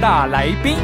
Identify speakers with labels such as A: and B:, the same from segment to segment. A: 大来宾，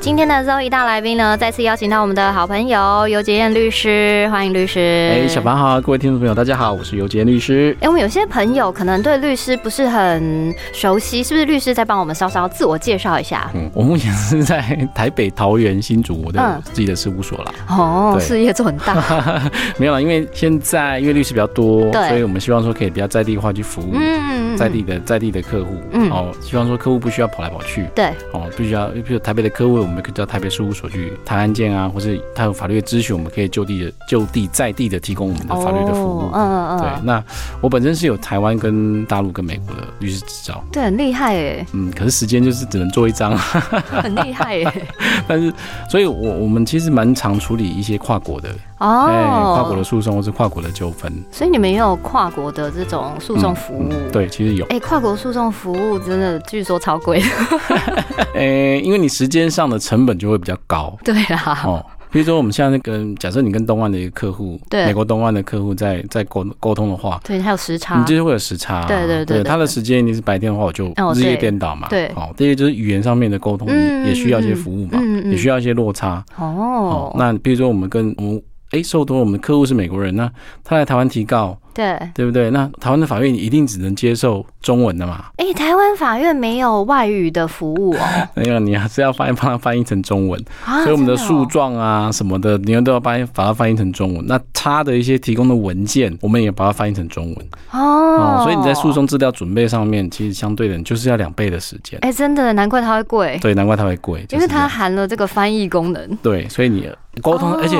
B: 今天的 Zoe 大来宾呢，再次邀请到我们的好朋友尤杰燕律师，欢迎律师。
C: 哎、小凡好，各位听众朋友，大家好，我是尤杰律师。
B: 哎、我们有些朋友可能对律师不是很熟悉，是不是律师再帮我们稍稍自我介绍一下？
C: 嗯，我目前是在台北、桃园、新竹我
B: 嗯
C: 的自己的事务所啦。
B: 哦，
C: 嗯对
B: 事业做很 大，
C: 没有啦，因为现在因为律师比较多，
B: 对
C: 所以我们希望说可以比较在地化去服务。
B: 嗯，
C: 在地的在地的客户，
B: 嗯
C: 哦，希望说客户不需要跑来跑去，
B: 对，
C: 哦，必须要，比如台北的客户，我们可以到台北事务所去谈案件啊，或是他有法律的咨询，我们可以就地的就地在地的提供我们的法律的服务。
B: 哦嗯嗯
C: 对，
B: 嗯，
C: 那我本身是有台湾跟大陆跟美国的律师执照，
B: 对，很厉害 耶，
C: 嗯，可是时间就是只能做一张，
B: 很厉害 耶，
C: 但是，所以我我们其实蛮常处理一些跨国的，哎、跨国的
B: 哦，
C: 诉讼或是跨国的纠纷。
B: 所以你们也有跨国的这种诉讼服务
C: 嗯，。对，其实有，
B: 哎、跨国诉讼服务真的据说超贵
C: 哦
B: 的，
C: 哎、因为你时间上的成本就会比较高
B: 对啊啦，
C: 哦。比如说，我们像那个，假设你跟东岸的一个客户，
B: 对
C: 美国东岸的客户在在沟沟通的话，
B: 对，还有时差
C: 你，就是会有时差啊、
B: 对对对对对
C: 他的时间一定是白天的话，我就
B: 哦
C: 日夜
B: 对
C: 颠倒嘛，
B: 对
C: 哦，第一个就是语言上面的沟通
B: 嗯
C: 也需要一些服务嘛，
B: 嗯嗯嗯
C: 也需要一些落差，
B: 哦
C: 哦，，那比如说我们跟我们诶，受托我们客户是美国人，那他来台湾提告，
B: 对，
C: 对不对？那台湾的法院一定只能接受中文的嘛，
B: 哎、台湾法院没有外语的服务 哦，
C: 那个你还是要翻帮他翻译成中文，
B: 啊
C: 所以我们的
B: 真哦
C: 诉状啊什么的，你们都要翻把它翻译成中文。那他的一些提供的文件，我们也把它翻译成中文
B: 哦
C: 哦。所以你在诉，讼资料准备上面，其实相对的你就是要两倍的时间，
B: 哎、真的难怪它会贵，
C: 对，难怪它会贵，就
B: 因
C: 是
B: 为
C: 这样
B: 它含了这个翻译功能。
C: 对，所以你沟通，
B: 哦
C: 而且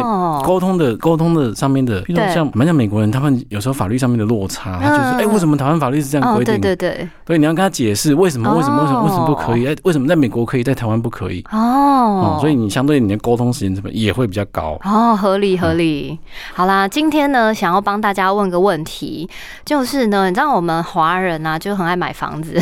C: 沟通的沟通的上面的，比如说
B: 对
C: 像蛮像美国人，他们有时候法律上面的落差，他就是
B: 嗯
C: 哎、为什么台湾法律是这样
B: 哦，
C: 规定？
B: 对对对，
C: 对你要跟他解释为什么为什么为什么为什么不可以？哎，为什么在美国可以，在台湾不可以？
B: 哦
C: 哦，，所以你相对你的沟通时间成本也会比较高。
B: 哦，合理合理。好啦，今天呢，想要帮大家问个问题，就是呢，你知道我们华人啊，就很爱买房子，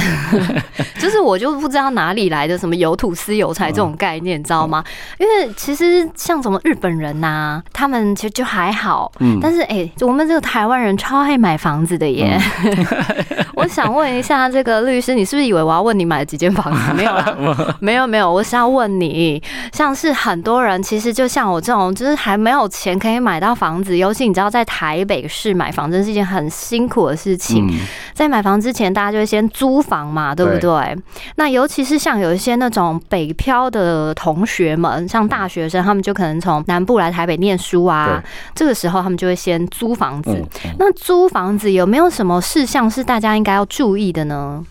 B: 就是我就不知道哪里来的什么有土司有财这种概念，你知道吗？因为其实像什么日本人呐、他们其实就还好，
C: 嗯，
B: 但是哎、我们这个台湾人超爱买房子的耶。 我想问一下，这个律师，你是不是以为我要问你买了几间房子？没有啦，没有没有，我是要问你，像是很多人其实就像我这种，就是还没有钱可以买到房子，尤其你知道在台北市买房真是一件很辛苦的事情。
C: 嗯，
B: 在买房之前，大家就会先租房嘛，对不对？那尤其是像有一些那种北漂的同学们，像大学生，他们就可能从南部来台北念书啊，这个时候他们就会先租房子。
C: 嗯嗯
B: 那租房子有没有什么事项是大家应该要注意的呢？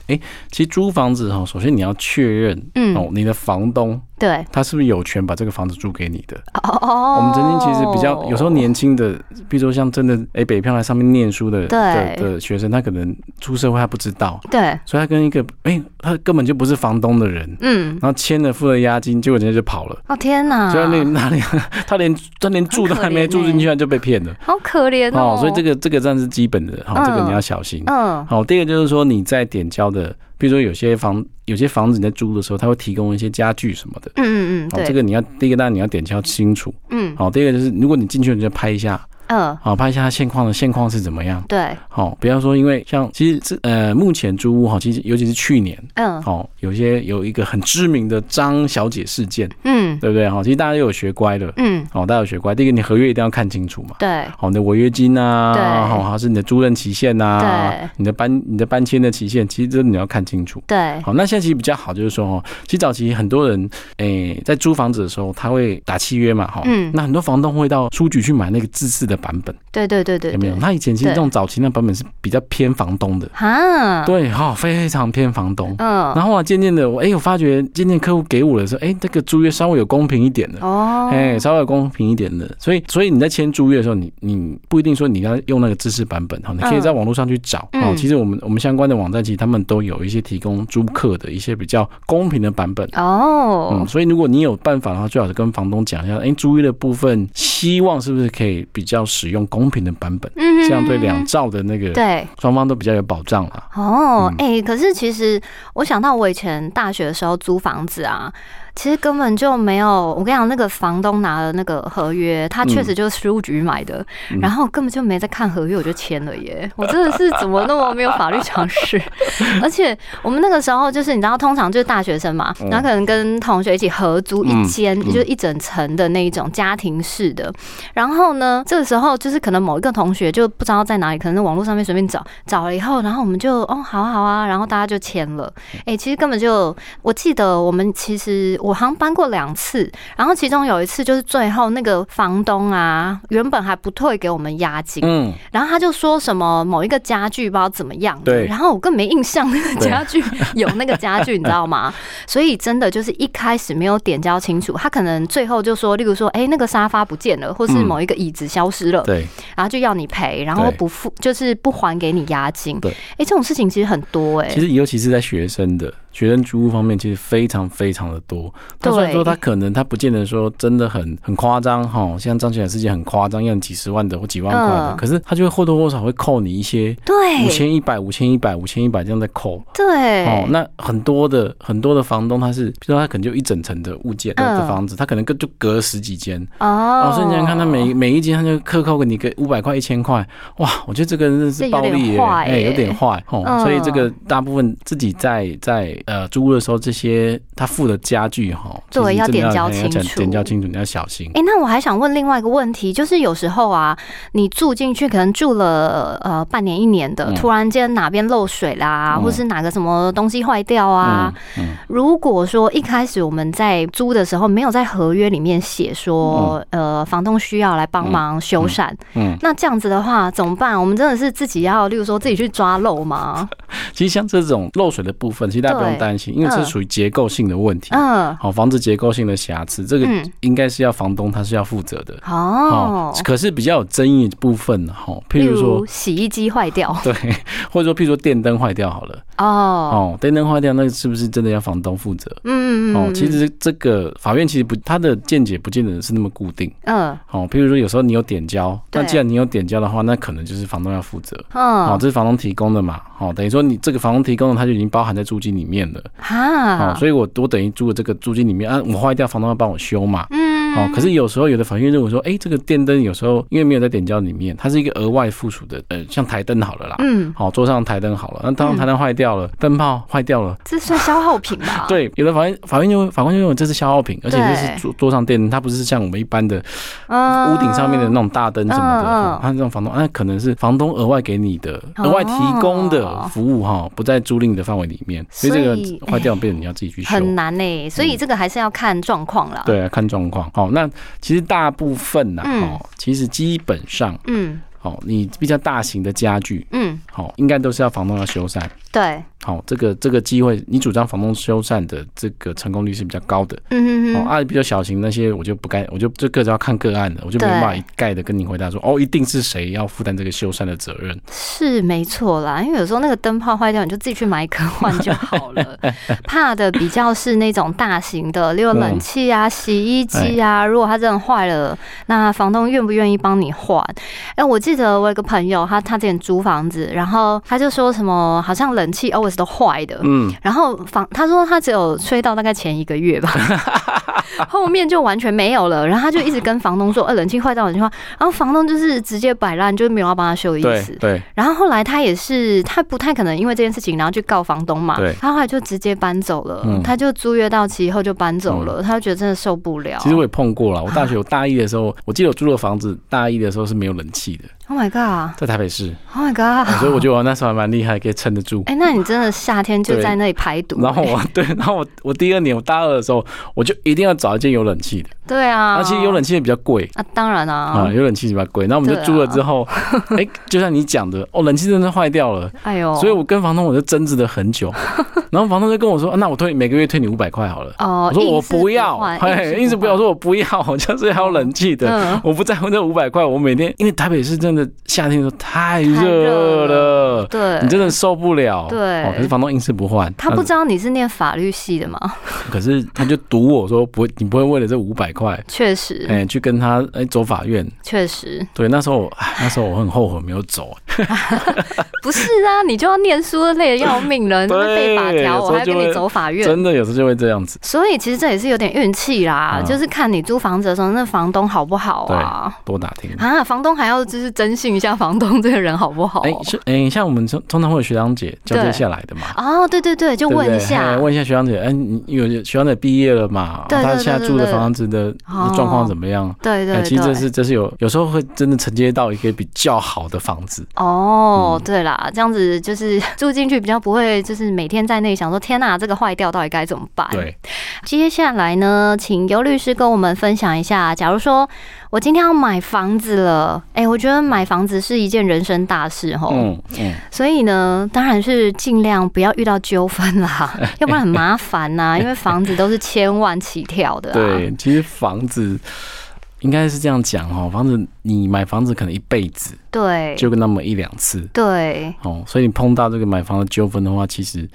C: 其实租房子哈，首先你要确认
B: 嗯，
C: 哦，你的房东
B: 对，
C: 他是不是有权把这个房子租给你的？
B: 哦哦
C: 我们曾经其实比较有时候年轻的，比如说像真的哎、北漂来上面念书的
B: 对
C: 的的学生，他可能出社会他不知道，
B: 对，
C: 所以他跟一个哎、他根本就不是房东的人，
B: 嗯，
C: 然后签了付了押金，结果人家就跑了。
B: 哦天哪，
C: 所以那那连 他连他连住都还没住进去，他就被骗了
B: 好可怜哦
C: 哦。所以这个这个算是基本的，好，哦这个
B: 嗯
C: 你要小心。
B: 嗯，
C: 好，第二个就是说你在点交的，比如说有些房有些房子你在租的时候，他会提供一些家具什么的。
B: 嗯嗯嗯，
C: 好，
B: 对，
C: 这个你要第一个当然你要点交清楚。哦
B: 嗯
C: 好，第二个就是如果你进去，你就拍一下，
B: 嗯，
C: 好，拍一下它现况的现况是怎么样。
B: 对，
C: 好、不要说因为像其实这呃，目前租屋哈，其实尤其是去年，
B: 嗯
C: 哦，有些有一个很知名的张小姐事件，
B: 嗯
C: 对不对？哈、其实大家都有学乖了，
B: 嗯，
C: 好、哦大家有学乖。第一个，你合约一定要看清楚嘛。
B: 对，
C: 好，你的违约金啊，
B: 对
C: 好，还是你的租赁期限呐、
B: 对
C: 你的搬你的搬迁的期限，其实这你要看清楚。
B: 对，
C: 好，那现在其实比较好，就是说哦，其实早期很多人诶、在租房子的时候，他会打契约嘛，哈、
B: 嗯
C: 那很多房东会到书局去买那个自制的的版本，
B: 对对对对，
C: 有没有？
B: 对？
C: 他以前其实
B: 对
C: 这种早期那版本是比较偏房东的，
B: 哈，，
C: 对哈、非常偏房东。
B: 嗯，
C: 然后啊，渐渐的，我哎、我发觉渐渐客户给我的时候，哎、这个租约稍微有公平一点的，
B: 哦，
C: 哎、稍微有公平一点的。所以，所以你在签租约的时候，你你不一定说你要用那个知识版本哦哈，你可以
B: 嗯
C: 在网络上去找哦
B: 嗯。
C: 其实我们我们相关的网站，其实他们都有一些提供租客的一些比较公平的版本。
B: 哦
C: 嗯，，所以如果你有办法的话，最好是跟房东讲一下，哎、租约的部分，希望是不是可以比较使用公平的版本，
B: 嗯哼
C: 这样对两兆的那个
B: 对。
C: 双方都比较有保障啦。
B: 哦，
C: 嗯
B: 哎、可是其实我想到我以前大学的时候租房子啊，其实根本就没有。我跟你讲，那个房东拿了那个合约，他确实就是书局买的，
C: 嗯
B: 然后根本就没在看合约，我就签了耶！我真的是怎么那么没有法律常识？ 而且我们那个时候就是你知道，通常就是大学生嘛，然后可能跟同学一起合租一间，
C: 嗯嗯嗯
B: 就是一整层的那一种家庭式的。然后呢，这个时候就是可能某一个同学就不知道在哪里，可能在网络上面随便找，找了以后，然后我们就哦好啊好啊，然后大家就签了。哎、其实根本就我记得我们其实我好像搬过两次，然后其中有一次就是最后那个房东啊，原本还不退给我们押金，
C: 嗯，
B: 然后他就说什么某一个家具不知道怎么样的，
C: 对
B: 然后我更没印象那个
C: 对
B: 家 具有那个家具，你知道吗？所以真的就是一开始没有点交清楚，他可能最后就说，例如说，哎、那个沙发不见了，或是
C: 嗯
B: 某一个椅子消失了，
C: 对，
B: 然后就要你赔，然后
C: 对
B: 不付，就是不还给你押金。
C: 对
B: 哎、这种事情其实很多哎、
C: 其实尤其是在学生的学生租屋方面，其实非常非常的多。他
B: 对
C: 虽然说他可能他不见得说真的很很夸张哈，像张学友事件很夸张，要你几十万的或几万块的，
B: 嗯
C: 可是他就会或多或少会扣你一些五
B: 对
C: 千一百、五千一百、五千一百这样在扣。
B: 对、
C: 哦，那很多的很多的房东，他是，比如说他可能就一整层的物件的、呃
B: 嗯
C: 的房子，他可能跟就隔了十几间。
B: 哦
C: 哦，所以你想看他每每一间，他就克扣给你个五百块、一千块，哇，我觉得这个真的
B: 这有
C: 是暴力
B: 点
C: 耶，
B: 坏耶
C: 有点坏哦。
B: 嗯
C: 所以这个大部分自己在在呃租屋的时候，这些他付的家具哈，其实
B: 对要
C: 真的
B: 点交
C: 要
B: 清
C: 讲
B: 楚
C: 点交清楚，你要小心。
B: 哎、那我还想问另外一个问题，就是有时候啊，你住进去可能住了呃半年一年的，
C: 嗯
B: 突然间哪边漏水啦，
C: 嗯
B: 或是哪个什么东西坏掉啊
C: 嗯，嗯，
B: 如果说一开始我们在租的时候没有在合约里面写说，呃，房东需要来帮忙修缮，
C: 嗯
B: 那这样子的话怎么办？我们真的是自己要，例如说自己去抓漏吗？
C: 其实像这种漏水的部分，其实大家不用
B: 对
C: 担心，因为这
B: 嗯
C: 是属于结构性的问题。
B: 嗯，
C: 好，房子结构性的瑕疵，这个
B: 嗯
C: 应该是要房东他是要负责的。
B: 哦，
C: 可是比较有争议的部分哈，哦譬如说。
B: 洗衣机坏掉
C: 对， 或者说，譬如说电灯坏掉好了，
B: 哦，
C: 哦，电灯坏掉，那是不是真的要房东负责？
B: 嗯嗯嗯，
C: 哦，其实这个法院其实不，他的见解不见得是那么固定。
B: 嗯
C: 哦，譬如说有时候你有点交，那
B: 对
C: 既然你有点交的话，那可能就是房东要负责。哦，
B: 嗯，
C: 这是房东提供的嘛？哦，等于说你这个房东提供的，他就已经包含在租金里面了。
B: 哈嗯
C: 哦，，所以我我等于租的这个租金里面啊，我坏掉，房东要帮我修嘛。
B: 嗯，
C: 哦，可是有时候有的法院认为说，哎、这个电灯有时候因为没有在点交里面，它是一个额外附属的，呃，像台灯好了啦，
B: 嗯，
C: 好、桌上台灯好了，那
B: 嗯
C: 当然台灯坏掉了，灯泡坏掉了，，
B: 这算消耗品吧？
C: 对，有的法院法院就会法官就认为这是消耗品，而且这
B: 啊对
C: 是桌桌上电灯，它不是像我们一般的
B: 嗯
C: 屋顶上面的那种大灯什么的，
B: 嗯嗯
C: 哈它这种房东，那可能是房东额外给你的、
B: 哦
C: 额外提供的服务哈，不在租赁的范围里面，所以这
B: 所以
C: 个坏掉，变成你要自己去修。
B: 很难呢、欸所以这个还是要看状况啦。，
C: 嗯对啊，看状况。好、那其实大部分呐、
B: 嗯
C: 哦，其实基本上，
B: 嗯
C: 哦，你比较大型的家具，
B: 嗯，
C: 好、应该都是要房东要修缮。
B: 对，
C: 好、这个这个机会，你主张房东修缮的这个成功率是比较高的。
B: 嗯
C: 哦，
B: 哼哼，
C: 啊，比较小型那些，我就不该，我就这个就要看个案了，我就没
B: 对
C: 办法一概的跟你回答说，哦，一定是谁要负担这个修缮的责任。
B: 是没错啦。因为有时候那个灯泡坏掉，你就自己去买一颗换就好 了。怕的比较是那种大型的，例
C: 嗯
B: 如冷气啊、洗衣机
C: 哎
B: 啊，如果它真的坏了，那房东愿不愿意帮你换？哎、我记得我有个朋友，他他之前租房子，然后他就说什么好像冷气 always 都坏的，
C: 嗯，
B: 然后房他说他只有吹到大概前一个月 吧，后面就完全没有了。然后他就一直跟房东说，呃，冷气坏掉，冷气坏。然后房东就是直接摆烂，就是没有要帮他修的意
C: 对
B: 思。
C: 对，
B: 然后后来他也是，他不太可能因为这件事情然后去告房东嘛
C: 对，
B: 他后来就直接搬走了，
C: 嗯
B: 他就租约到期以后就搬走了，他就觉得真的受不了。
C: 其实我也碰过了，我 大学我大一的时候，我记得我租的房子，大一的时候是没有冷气的，
B: ，Oh my god，Oh
C: 在台北市，
B: my god，
C: 所以我觉得我那时候还蛮厉害，可以撑得住。
B: 哎、那你真的夏天就
C: 对
B: 在那里排毒、欸
C: 然后我对，然后我我第二年我大二的时候，我就一定要找一间有冷气的，
B: 对啊，
C: 而且有冷气的比较贵
B: 啊，当然
C: 啊，
B: 啊，
C: 有冷气比较贵。那我们就
B: 对啊
C: 租了 之后，哎，就像你讲的，哦，冷气真的坏掉了，
B: 哎呦，
C: 所以我跟房东我就争执了 很久，然后房东就跟我说，啊那我退每个月退你五百块好了。
B: 哦，
C: 我说我
B: 硬是
C: 不要，
B: 换
C: 哎，一直不要，我
B: 换
C: 说我不要， 我就是要冷气的。
B: 嗯
C: 我不在乎那五百块，我每天因为台北市真的夏天的时候
B: 太
C: 太热
B: 热
C: 了，
B: 对，
C: 你真的受不了。
B: 对
C: 哦可是房东硬是不换，
B: 他不知道你是念法律系的吗？
C: 那可是他就堵我说不会，你不会为了这五百块，
B: 确实，
C: 哎、去跟他哎走法院。
B: 确实
C: 对，那时候我哎那时候我很后悔没有走，
B: 不是啊，你就要念书累得要命了，你在那边背法
C: 对
B: 条，
C: 有时
B: 我
C: 候
B: 还跟
C: 就
B: 你
C: 会
B: 走法 院。
C: 真的有时候就会这样子。
B: 所以其实这也是有点运气啦，
C: 嗯
B: 就是看你租房子的时候，那房东好不好啊？
C: 多打听。
B: 啊，房东还要就是征信一下房东这个人好不好？
C: 哎、是哎、像我们通通常会有学长姐交接下来的嘛，
B: 哦，对对对，就
C: 对不
B: 问
C: 对
B: 一下
C: 嘿，问一下学长姐，哎、你有学长姐毕业了嘛？
B: 对对
C: 他
B: 对
C: 现在
B: 对
C: 住的
B: 对
C: 房子的
B: 哦
C: 状况怎么样？
B: 对
C: 哎、
B: 对
C: 其实这
B: 对。
C: 是这是有有时候会真的承接到一个比较好的房子，
B: 哦，
C: 嗯
B: 对啦，这样子就是住进去比较不会，就是每天在那里想说天哪，这个坏掉到底该怎么办？
C: 对，
B: 接下来呢，请尤律师跟我们分享一下，假如说我今天要买房子了，哎、我觉得买房子是一件人生大事吼，
C: 嗯嗯，
B: 所以呢，当然是尽量不要遇到纠纷 啦，要不然很麻烦呐、因为房子都是千万起跳的、啊，
C: 对，其实房子应该是这样讲哦，房子你买房子可能一辈子
B: 对
C: 就那么一两次
B: 对，
C: 哦，所以你碰到这个买房的纠纷的话，其实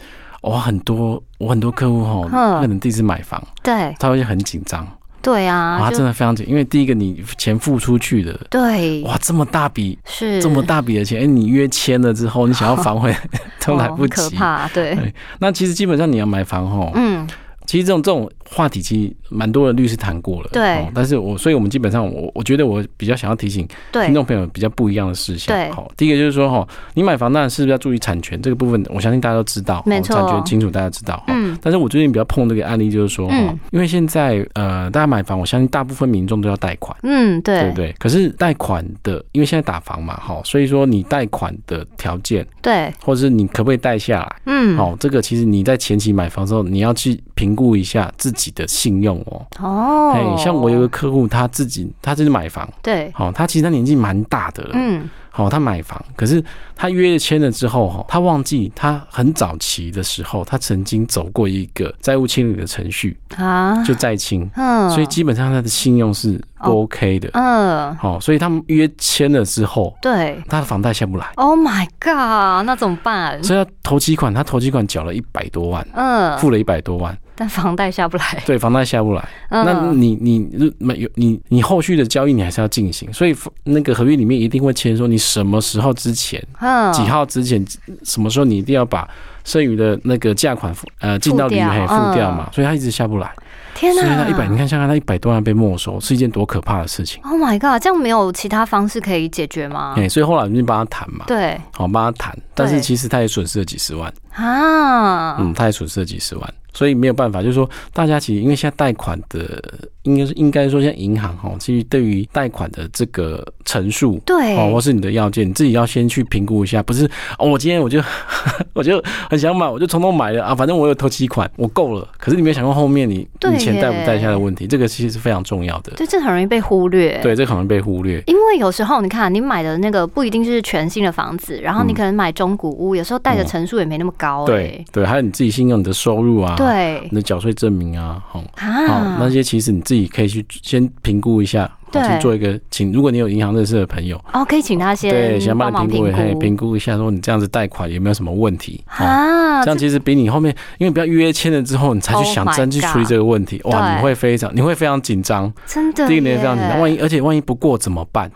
C: 我、哦、很多我很多客户哦，
B: 嗯
C: 可能第一次买房，
B: 对
C: 他会很紧张，
B: 对
C: 哇，
B: 啊，
C: 他真的非常紧，因为第一个你钱付出去的，
B: 对
C: 哇，这么大笔
B: 是
C: 这么大笔的钱，哎、你约签了之后，你想要反悔 都来不
B: 哦可
C: 及。
B: 怕，对，
C: 哎那其实基本上你要买房哦，
B: 嗯，
C: 其实这种这种话题，其实蛮多的律师谈过了。
B: 对
C: 哦但是我所以我们基本上我我觉得我比较想要提醒听
B: 对
C: 众朋友比较不一样的事项。
B: 对
C: 好，第一个就是说哈，你买房当然是不是要注意产权这个部分，我相信大家都知道，
B: 没
C: 哦
B: 错
C: 产权清楚大家知道。哈
B: 嗯
C: 但是我最近比较碰这个案例，就是说哈，
B: 嗯
C: 因为现在呃，大家买房，我相信大部分民众都要贷款。
B: 嗯，
C: 对
B: 对
C: 不对？可是贷款的，因为现在打房嘛，哈，所以说你贷款的条件，
B: 对，
C: 或者是你可不可以贷下来，
B: 嗯，
C: 好、这个其实你在前期买房的时候，你要去评估一下自己的信用哦。
B: 哦，
C: 哎、像我有个客户，他自己他就是买房，
B: 对，
C: 好、他其实他年纪蛮大的了，
B: 嗯，
C: 好、他买房，可是他约了签了之后，哈，他忘记他很早期的时候，他曾经走过一个债务清理的程序，
B: 啊，哦
C: 就债清，
B: 嗯，
C: 所以基本上他的信用是不 OK 的，
B: 嗯，
C: 好、所以他们约签了之后，
B: 对
C: 他的房贷下不来，
B: ，Oh my god，那怎么办？
C: 所以他头期款，他头期款缴了一百多万，
B: 嗯，
C: 付了一百多万，
B: 但房贷下不来。
C: 对，房贷下不来。那
B: 嗯，
C: 你你没有你你后续的交易你还是要进行，所以那个合约里面一定会签说你什么时候之前
B: 嗯
C: 几号之前什么时候你一定要把剩余的那个价款付呃进到
B: 付
C: 里
B: 掉嗯
C: 海付掉嘛，所以他一直下不来，
B: 天
C: 所以
B: 哪，
C: 他一百你看像他一百多万被没收是一件多可怕的事情，
B: ，Oh my god，这样没有其他方式可以解决吗？
C: 哎，所以后来我们就帮他谈嘛，
B: 嗯对
C: 好帮他谈，但是
B: 对
C: 其实他也损失了几十万，
B: 啊，
C: 嗯，他也损失了几十万。所以没有办法，就是说，大家其实因为现在贷款的，应该是应该说，现在银行哈，其实对于贷款的这个陈述，
B: 对，
C: 哦，或是你的要件，你自己要先去评估一下，不是哦，我今天我就 我就很想买，我就冲动买了啊，反正我有头期款，我够了。可是你没有想过后面你
B: 对
C: 你钱贷不
B: 耶
C: 贷下的问题，这个其实是非常重要的，
B: 对，这很容易被忽略。。
C: 对，这可能被忽略。
B: 因为有时候你看，你买的那个不一定是全新的房子，然后你
C: 嗯
B: 可能买中古屋，有时候贷的
C: 嗯
B: 成数也没那么高、
C: 对
B: 欸，
C: 对，还有你自己信用、你的收入啊，，
B: 对
C: 你的缴税证明啊，好、好，
B: 啊，
C: 那些其实你自己可以去先评估一下，好
B: 对
C: 去做一个请，如果你有银行认识的朋友，
B: 哦，可以请他
C: 对，
B: 先
C: 先帮
B: 帮忙
C: 你评
B: 评
C: 估，嘿，
B: 估
C: 评估一下，说你这样子贷款有没有什么问题？哦
B: 啊，
C: 这样
B: 这
C: 其实比你后面，因为不要约签了之后，你才去
B: Oh
C: 想
B: my
C: 真去处理
B: God
C: 这个问题，哇，
B: 对
C: 你会非常，你会非常紧张。
B: 真的
C: 第一个你会非常紧张，万
B: 一
C: 一而且万一不过怎么 办？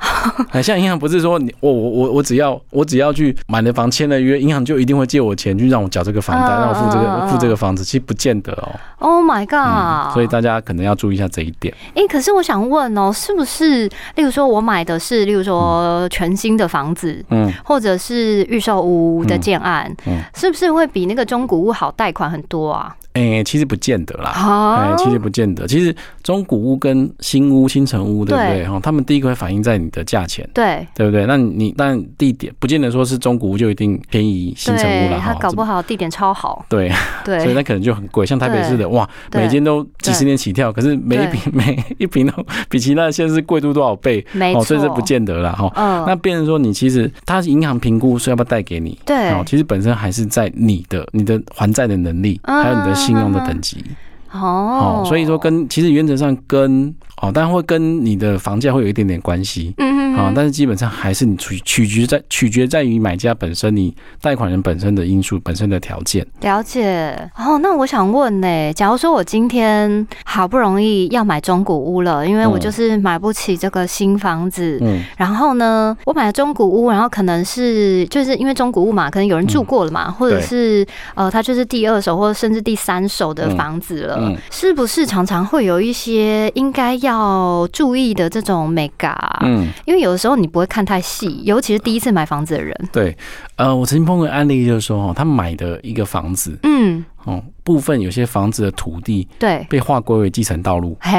C: 哎，像银行不是说你我我我我只要我只要去买了房签了约，银行就一定会借我钱去让我缴这个房贷，
B: 嗯
C: 让我付这
B: 嗯
C: 个
B: 嗯
C: 付这个房子，其实不见得哦。
B: ，Oh my god，、
C: 嗯，所以大家可能要注意一下这一点。
B: 诶，可是我想问哦，是不是，例如说我买的是，例如说全新的房子，
C: 嗯，
B: 或者是预售屋的建案，
C: 嗯嗯
B: 是不是会比那个中古屋好贷款很多啊？
C: 诶、其实不见得啦。哎、
B: 哦
C: 其实不见得。其实中古屋跟新屋、新城屋，对不对？哦哈，他们第一个会反映在你的价钱，
B: 对
C: 对不对？那你但地点不见得说是中古屋就一定便宜新城屋
B: 对
C: 啦，，
B: 他
C: 哈。
B: 搞
C: 这
B: 不好地点超好，
C: 对，所以
B: 对
C: 那可能就很贵。像台北市的，哇，
B: 对
C: 每间都几十年起跳，可是每一瓶每一瓶都比其他的县市贵出多少倍？
B: 没
C: 哦，
B: 错，
C: 所以这不见得啦，哈、
B: 嗯，
C: 那变成说，你其实它银行评估是要不要贷给你，
B: 对
C: 哦，其实本身还是在你的你的还债的能力，
B: 嗯
C: 还有你的信用的等级，
B: 哦
C: 哦，所以说跟其实原则上跟哦，当然会跟你的房价会有一点点关系。
B: 嗯
C: 啊、
B: 哼
C: 但是基本上还是你取取决在取决在于买家本身，你贷款人本身的因素、本身的条件。
B: 了解哦，那我想问呢、假如说我今天好不容易要买中古屋了，因为我
C: 嗯
B: 就是买不起这个新房子，
C: 嗯，
B: 然后呢，我买了中古屋，然后可能是就是因为中古屋嘛，可能有人住过了
C: 嗯
B: 嘛，或者是呃，它就是第二手或者甚至第三手的房子了，
C: 嗯嗯
B: 是不是常常会有一些应该要注意的这种美感？
C: 嗯，
B: 因为有的时候你不会看太细，尤其是第一次买房子的人，
C: 对，呃，我曾经碰过案例，就是说哦，他买的一个房子，
B: 嗯，
C: 哦，部分有些房子的土地
B: 对，
C: 被划归为继承道路，
B: 嘿，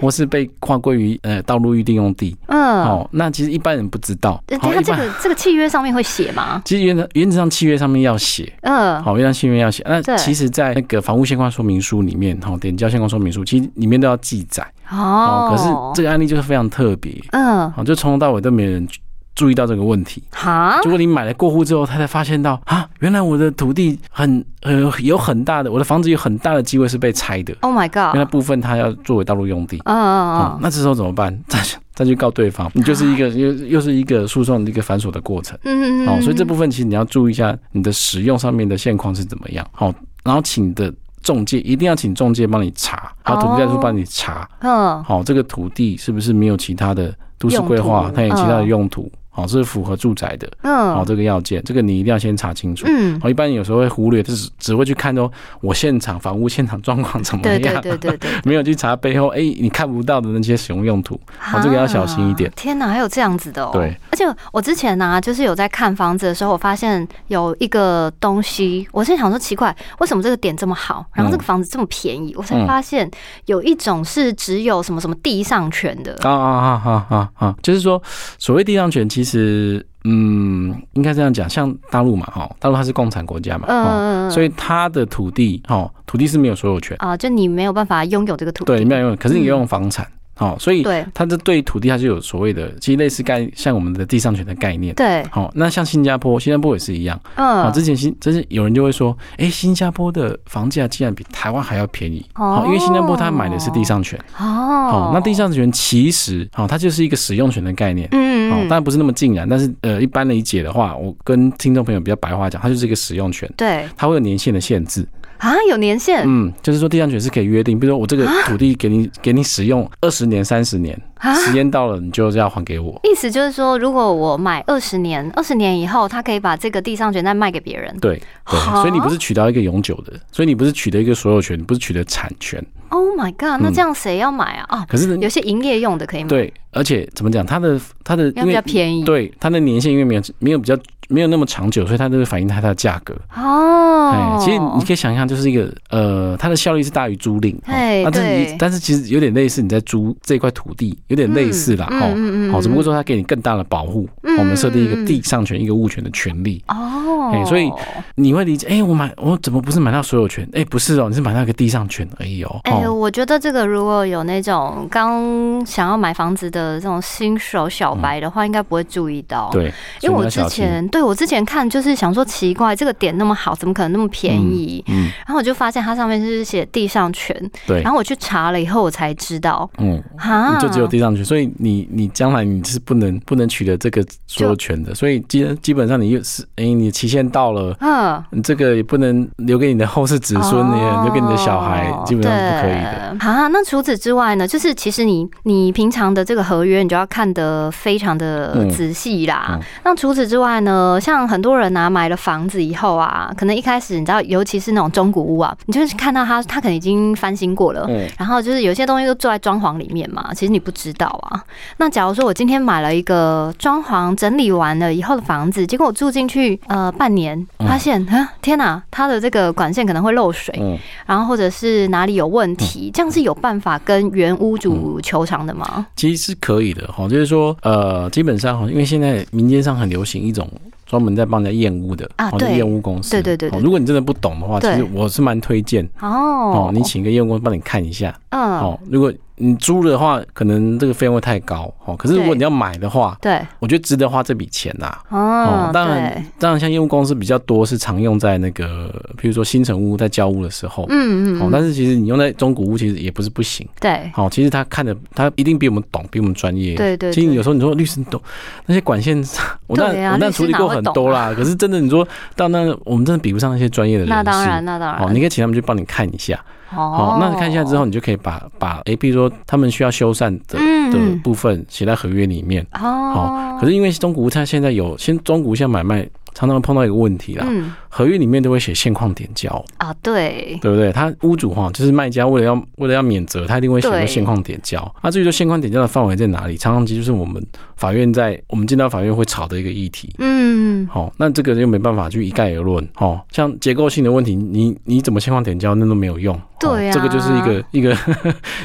C: 或是被划归于呃道路预定用地。
B: 嗯。
C: 哦，那其实一般人不知道。
B: 呃
C: 好
B: 他
C: 一
B: 这
C: 般
B: 个这个契约上面会写吗？
C: 其实原则原则上契约上面要写，
B: 嗯，
C: 好，原则上契约要写。那
B: 对
C: 其实，在那个房屋现况说明书里面，哈，点交现况说明书，其实里面都要记载。哦，可是这个案例就是非常特别，
B: 嗯，
C: 哦，就从头到尾都没有人注意到这个问题。
B: 哈
C: 结，果你买了过户之后，他才发现到啊，原来我的土地很呃有很大的，我的房子有很大的机会是被拆的，
B: Oh my
C: 因为那
B: god！
C: 部分它要作为道路用地。
B: 嗯嗯
C: 啊、
B: 嗯
C: 那这时候怎么办？再去再去告对方，你就是一个又又是一个诉讼的一个繁琐的过程。
B: 嗯嗯，
C: 哦，所以这
B: 嗯
C: 部分其实你要注意一下你的使用上面的现况是怎么样。好、然后请你的中介一定要请中介帮你查，还有土地代书帮你查。
B: 嗯
C: 好、这个土地是不是没有其他的都市规
B: 用
C: 划，
B: 途
C: 它有其他的
B: 嗯
C: 用途？好、是符合住宅的。
B: 嗯
C: 好、这个要件，这个你一定要先查清楚。
B: 嗯，
C: 好，一般人有时候会忽略，就是只会去看说我现场房屋现场状况怎么
B: 对
C: 样，
B: 对对对对，
C: 没有去查背后哎、你看不到的那些使用用途。哦这个要小心一点
B: 啊天哪，还有这样子的哦。
C: 对，
B: 而且我之前呢、就是有在看房子的时候，我发现有一个东西，我是想说奇怪，为什么这个点这么好，然后这个房子这么便宜？我才
C: 嗯
B: 发现有一种是只有什么什么地上权的。
C: 啊啊啊啊啊啊！就是说，所谓地上权，其实嗯，应该这样讲，像大陆嘛，哦，大陆它是共产国家嘛， 哦，
B: 嗯，
C: 所
B: 以
C: 以它的土地，哦，土地是没有所有权，
B: 啊、就你没有办法拥有这个土地。
C: 对，没有用，
B: 嗯
C: 可是你有用房产，哦，所以
B: 对
C: 它这对土地它就有所谓的，其实类似概像我们的地上权的概念。
B: 对，
C: 好、那像新加坡，新加坡也是一样。啊、
B: 嗯，
C: 之前新，之前有人就会说，哎、新加坡的房价竟然比台湾还要便宜。
B: 哦
C: 好因为新加坡它买的是地上权。
B: 哦
C: 好、，那地上权其实，好、它就是一个使用权的概念。
B: 嗯，
C: 好、
B: 嗯，
C: 当然不是那么尽然，但是呃，一般理解的话，我跟听众朋友比较白话讲，它就是一个使用权。
B: 对
C: 它会有年限的限制，
B: 啊，有年限
C: 嗯，就是说地上权是可以约定，比如说我这个土地给你给你使用二十年、三十年，
B: 啊，
C: 时间到了你就是要还给我。
B: 意思就是说，如果我买二十年，二十年以后，他可以把这个地上权再卖给别人。
C: 对对，
B: 哈
C: 所以你不是取到一个永久的，所以你不是取得一个所有权，你不是取得产权。
B: Oh my god，那这样谁要买啊？啊，
C: 可是
B: 有些营业用的可以买。
C: 嗯对，而且怎么讲，它的它的
B: 要
C: 因
B: 比
C: 为
B: 较便宜
C: 对它的年限因为没有没有比较没有那么长久，所以它就会反映它的价格。
B: 哦，
C: 哎其实你可以想象，就是一个呃，它的效率是大于租赁。哦
B: 哎
C: 那这是
B: 对
C: 一但是其实有点类似你在租这块土地，有点类似啦，
B: 嗯
C: 哦、
B: 嗯嗯嗯
C: 哦，只不过说它给你更大的保护，哦
B: 嗯
C: 我们设定一
B: 嗯嗯
C: 个地上权、一个物权的权利。
B: 哦
C: 哎，所以你会理解，哎、我买我怎么不是买到所有权？哎、不是哦，你是买到一个地上权而已哦。
B: 哎、
C: 哦
B: 我觉得这个如果有那种刚想要买房子的这种新手小白的话，应该不会注意到。，
C: 对，
B: 因为
C: 所以你
B: 我
C: 要
B: 之
C: 小心，
B: 前对我之前看就是想说奇怪，这个点那么好，怎么可能那么便宜？
C: 嗯，
B: 然后我就发现它上面是写地上权，
C: 对
B: 然，后我去查了以后，我才知道
C: 嗯，
B: 啊，
C: 就只有地上权，所以你你将来你是不能不能取得这个所有权的，所以基基本上你又是哎、你期限到了。
B: 嗯。
C: 你这个也不能留给你的后世子孙，你也
B: 哦
C: 留给你的小孩，基本上是不可以的。
B: 的。啊，那除此之外呢？就是其实你你平常的这个合约，你就要看得非常的
C: 嗯
B: 仔细啦。
C: 嗯
B: 那除此之外呢，像很多人啊买了房子以后啊，可能一开始你知道，尤其是那种中古屋啊，你就是看到它，它可能已经翻新过了。
C: 嗯
B: 然后就是有些东西都做在装潢里面嘛，其实你不知知道啊。那假如说我今天买了一个装潢整理完了以后的房子，结果我住进去呃半年，发现啊、天哪，它的这个管线可能会漏水，
C: 嗯，
B: 然后或者是哪里有问题，这样是有办法跟原屋主求偿的吗？
C: 其实是可以的哦哈，就是说，呃，基本上哈，因为现在民间上很流行一种专门在帮人家验屋的
B: 啊
C: 哦就
B: 对
C: 验屋公司，
B: 对对对对
C: 哦如果你真的不懂的话，其
B: 对
C: 实我是蛮推荐
B: 哦
C: 哦，你请一个验屋公司帮你看一下
B: 嗯，
C: 哦。如果你租的话，可能这个费用会太高哦。可是如果
B: 对
C: 你要买的话，
B: 对，
C: 我觉得值得花这笔钱呐、
B: 哦，
C: 当
B: 对
C: 然，，当然，像业务公司比较多是常用在那个，譬如说新城屋在交屋的时候，
B: 嗯嗯
C: 哦，
B: 嗯，
C: 但是其实你用在中古屋其实也不是不行。
B: 对，
C: 好、其实他看的他一定比我们懂，比我们专业。
B: 对对
C: 其实
B: 对
C: 有时候你说律师你懂那些管线，我那、
B: 对啊
C: 我那
B: 律师
C: 处理过
B: 哪会
C: 很
B: 懂啊
C: 多啦。可是真的你说到那，我们真的比不上那些专业的人士。
B: 那当然，那当然，
C: 哦，你可以请他们去帮你看一下。
B: 哦
C: 哦，那看一下之后，，你就可以把把诶，譬如说他们需要修缮的
B: 嗯
C: 的部分写在合约里面。
B: 哦
C: 哦，可是因为中古屋它现在有，现中古屋现在买卖常常碰到一个问题啦，
B: 嗯
C: 合约里面都会写现况点交，
B: 啊，对，
C: 对不对？他屋主哈，就是卖家为了要为了要免责，他一定会写
B: 对
C: 个现况点交。那至于说现况点交的范围在哪里，常常其实就是我们法院在我们进到法院会吵的一个议题。
B: 嗯，
C: 好、那这个就没办法去一概而论。哦，像结构性的问题，你你怎么现况点交那都没有用。
B: 对啊
C: 哦，这个就是一个 一个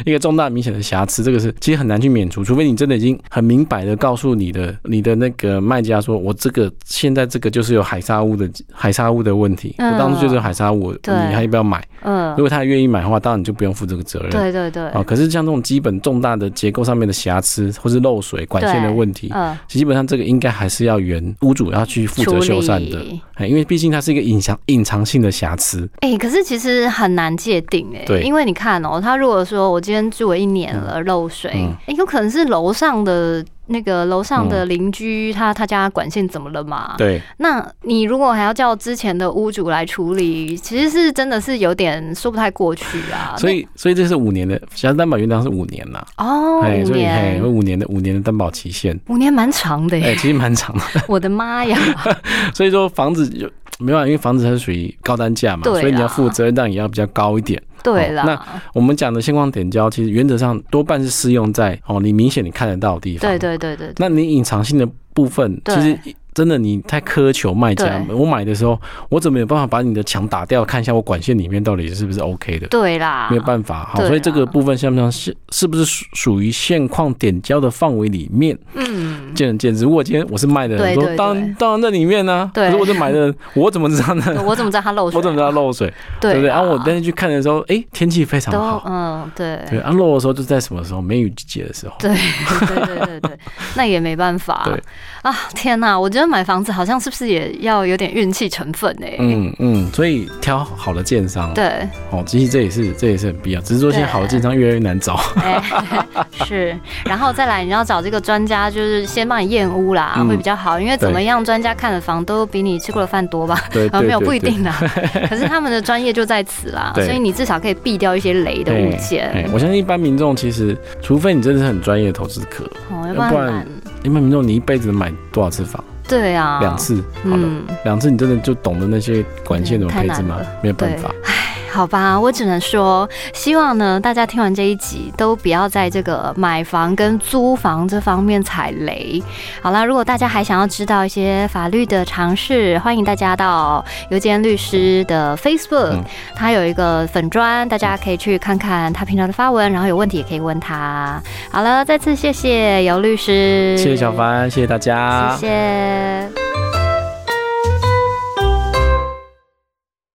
C: 一个重大明显的瑕疵，这个是其实很难去免除，除非你真的已经很明白的告诉你的你的那个卖家说，我这个现在这个就是有海沙屋的海沙屋的问题，
B: 嗯
C: 我当初就是有海沙屋，我
B: 对
C: 你还要不要买？
B: 嗯
C: 如，果他愿意买的话，当然你就不用负这个责任。
B: 对对对，
C: 啊，可是像这种基本重大的结构上面的瑕疵，或是漏水管线的
B: 对
C: 问题，
B: 嗯，
C: 基本上这个应该还是要原屋主要去负责
B: 处
C: 修缮的
B: 理，
C: 哎因为毕竟它是一个隐藏隐藏性的瑕疵。
B: 哎、可是其实很难界定哎、
C: 对
B: 因为你看哦、他如果说我今天住了一年了，漏水，
C: 嗯
B: 哎、有可能是楼上的那个楼上的邻居他、他家管线怎么了嘛？。
C: 对，
B: 那你如果还要叫之前的屋主来处理，其实是真的是有点说不太过去啊。
C: 所以所以这是五年的，瑕疵担保原则是五年呐，
B: 那哦，
C: 哎，
B: 五
C: 所以哎，
B: 年，
C: 五年的五年的担保期限，
B: 五年蛮长的耶，
C: 哎，其实蛮长的。
B: 我的妈呀！
C: 哦所以说房子就没办法，因为房子它是属于高单价嘛，
B: 对啊啦
C: 所以你要负责任当然也要比较高一点。
B: 对
C: 哦
B: 啦，
C: 那我们讲的现况点交，其实原则上多半是适用在哦你明显你看得到的地方。
B: 对对对对对，
C: 那你隐藏性的部分，
B: 对
C: 其实真的你太苛求卖家。
B: 对
C: 我买的时候，我怎么有办法把你的墙打掉，看一下我管线里面到底是不是 OK 的？
B: 对啦，
C: 没有办法，好，
B: 对啦啊
C: 所以这个部分像不像是是不是属属于现况点交的范围里面，
B: 嗯，
C: 见仁见智。如果今天我是卖的人，
B: 对
C: 我
B: 对
C: 说当然
B: 对
C: 当然在里面呢、
B: 对
C: 可是我是买的人，我怎么知道呢？
B: 我怎么知道他漏水？
C: 我怎么知道漏水？
B: 对啊
C: 对不对？
B: 啦
C: 然后我那天去看的时候，哎，天气非常
B: 都
C: 好。
B: 嗯对
C: 对，啊，漏的时候就在什么时候？梅雨季节的时候。
B: 对对对对对，那也没办法。
C: 对
B: 啊，天哪！我觉得买房子好像是不是也要有点运气成分呢、
C: 嗯嗯，所以挑好的建商，
B: 对，
C: 哦，其实这也是这也是很必要，只是说现在好的建商越来越难找。
B: 哎、 是，然后再来，你要找这个专家，就是先帮你验屋啦，
C: 嗯
B: 会比较好，因为怎么
C: 对
B: 样，专家看的房都比你吃过的饭 多吧？
C: 对
B: 啊，
C: 对
B: 没有，
C: 对
B: 不一
C: 对
B: 定啦。可是他们的专业就在此啦，
C: 对
B: 所以你至少可以避掉一些雷的
C: 哎
B: 物件
C: 哎，，我相信一般民众其实，除非你真的是很专业的投资客，
B: 哦，要不
C: 要
B: 然
C: 不
B: 很
C: 然
B: 难。
C: 一般民众你一辈子能买多少次房？
B: 对啊，
C: 两次，好了，
B: 嗯，
C: 两次你真的就懂得那些管线怎么配置吗
B: 嗯太难了？
C: 没有办法，
B: 好吧，我只能说，希望呢，大家听完这一集都不要在这个买房跟租房这方面踩雷。好啦，如果大家还想要知道一些法律的常识，欢迎大家到尤坚律师的 Facebook，、
C: 嗯
B: 他有一个粉砖，大家可以去看看他平常的发文，然后有问题也可以问他。好了，再次谢谢尤律师，
C: 谢谢小，凡，谢谢大家，
B: 谢谢。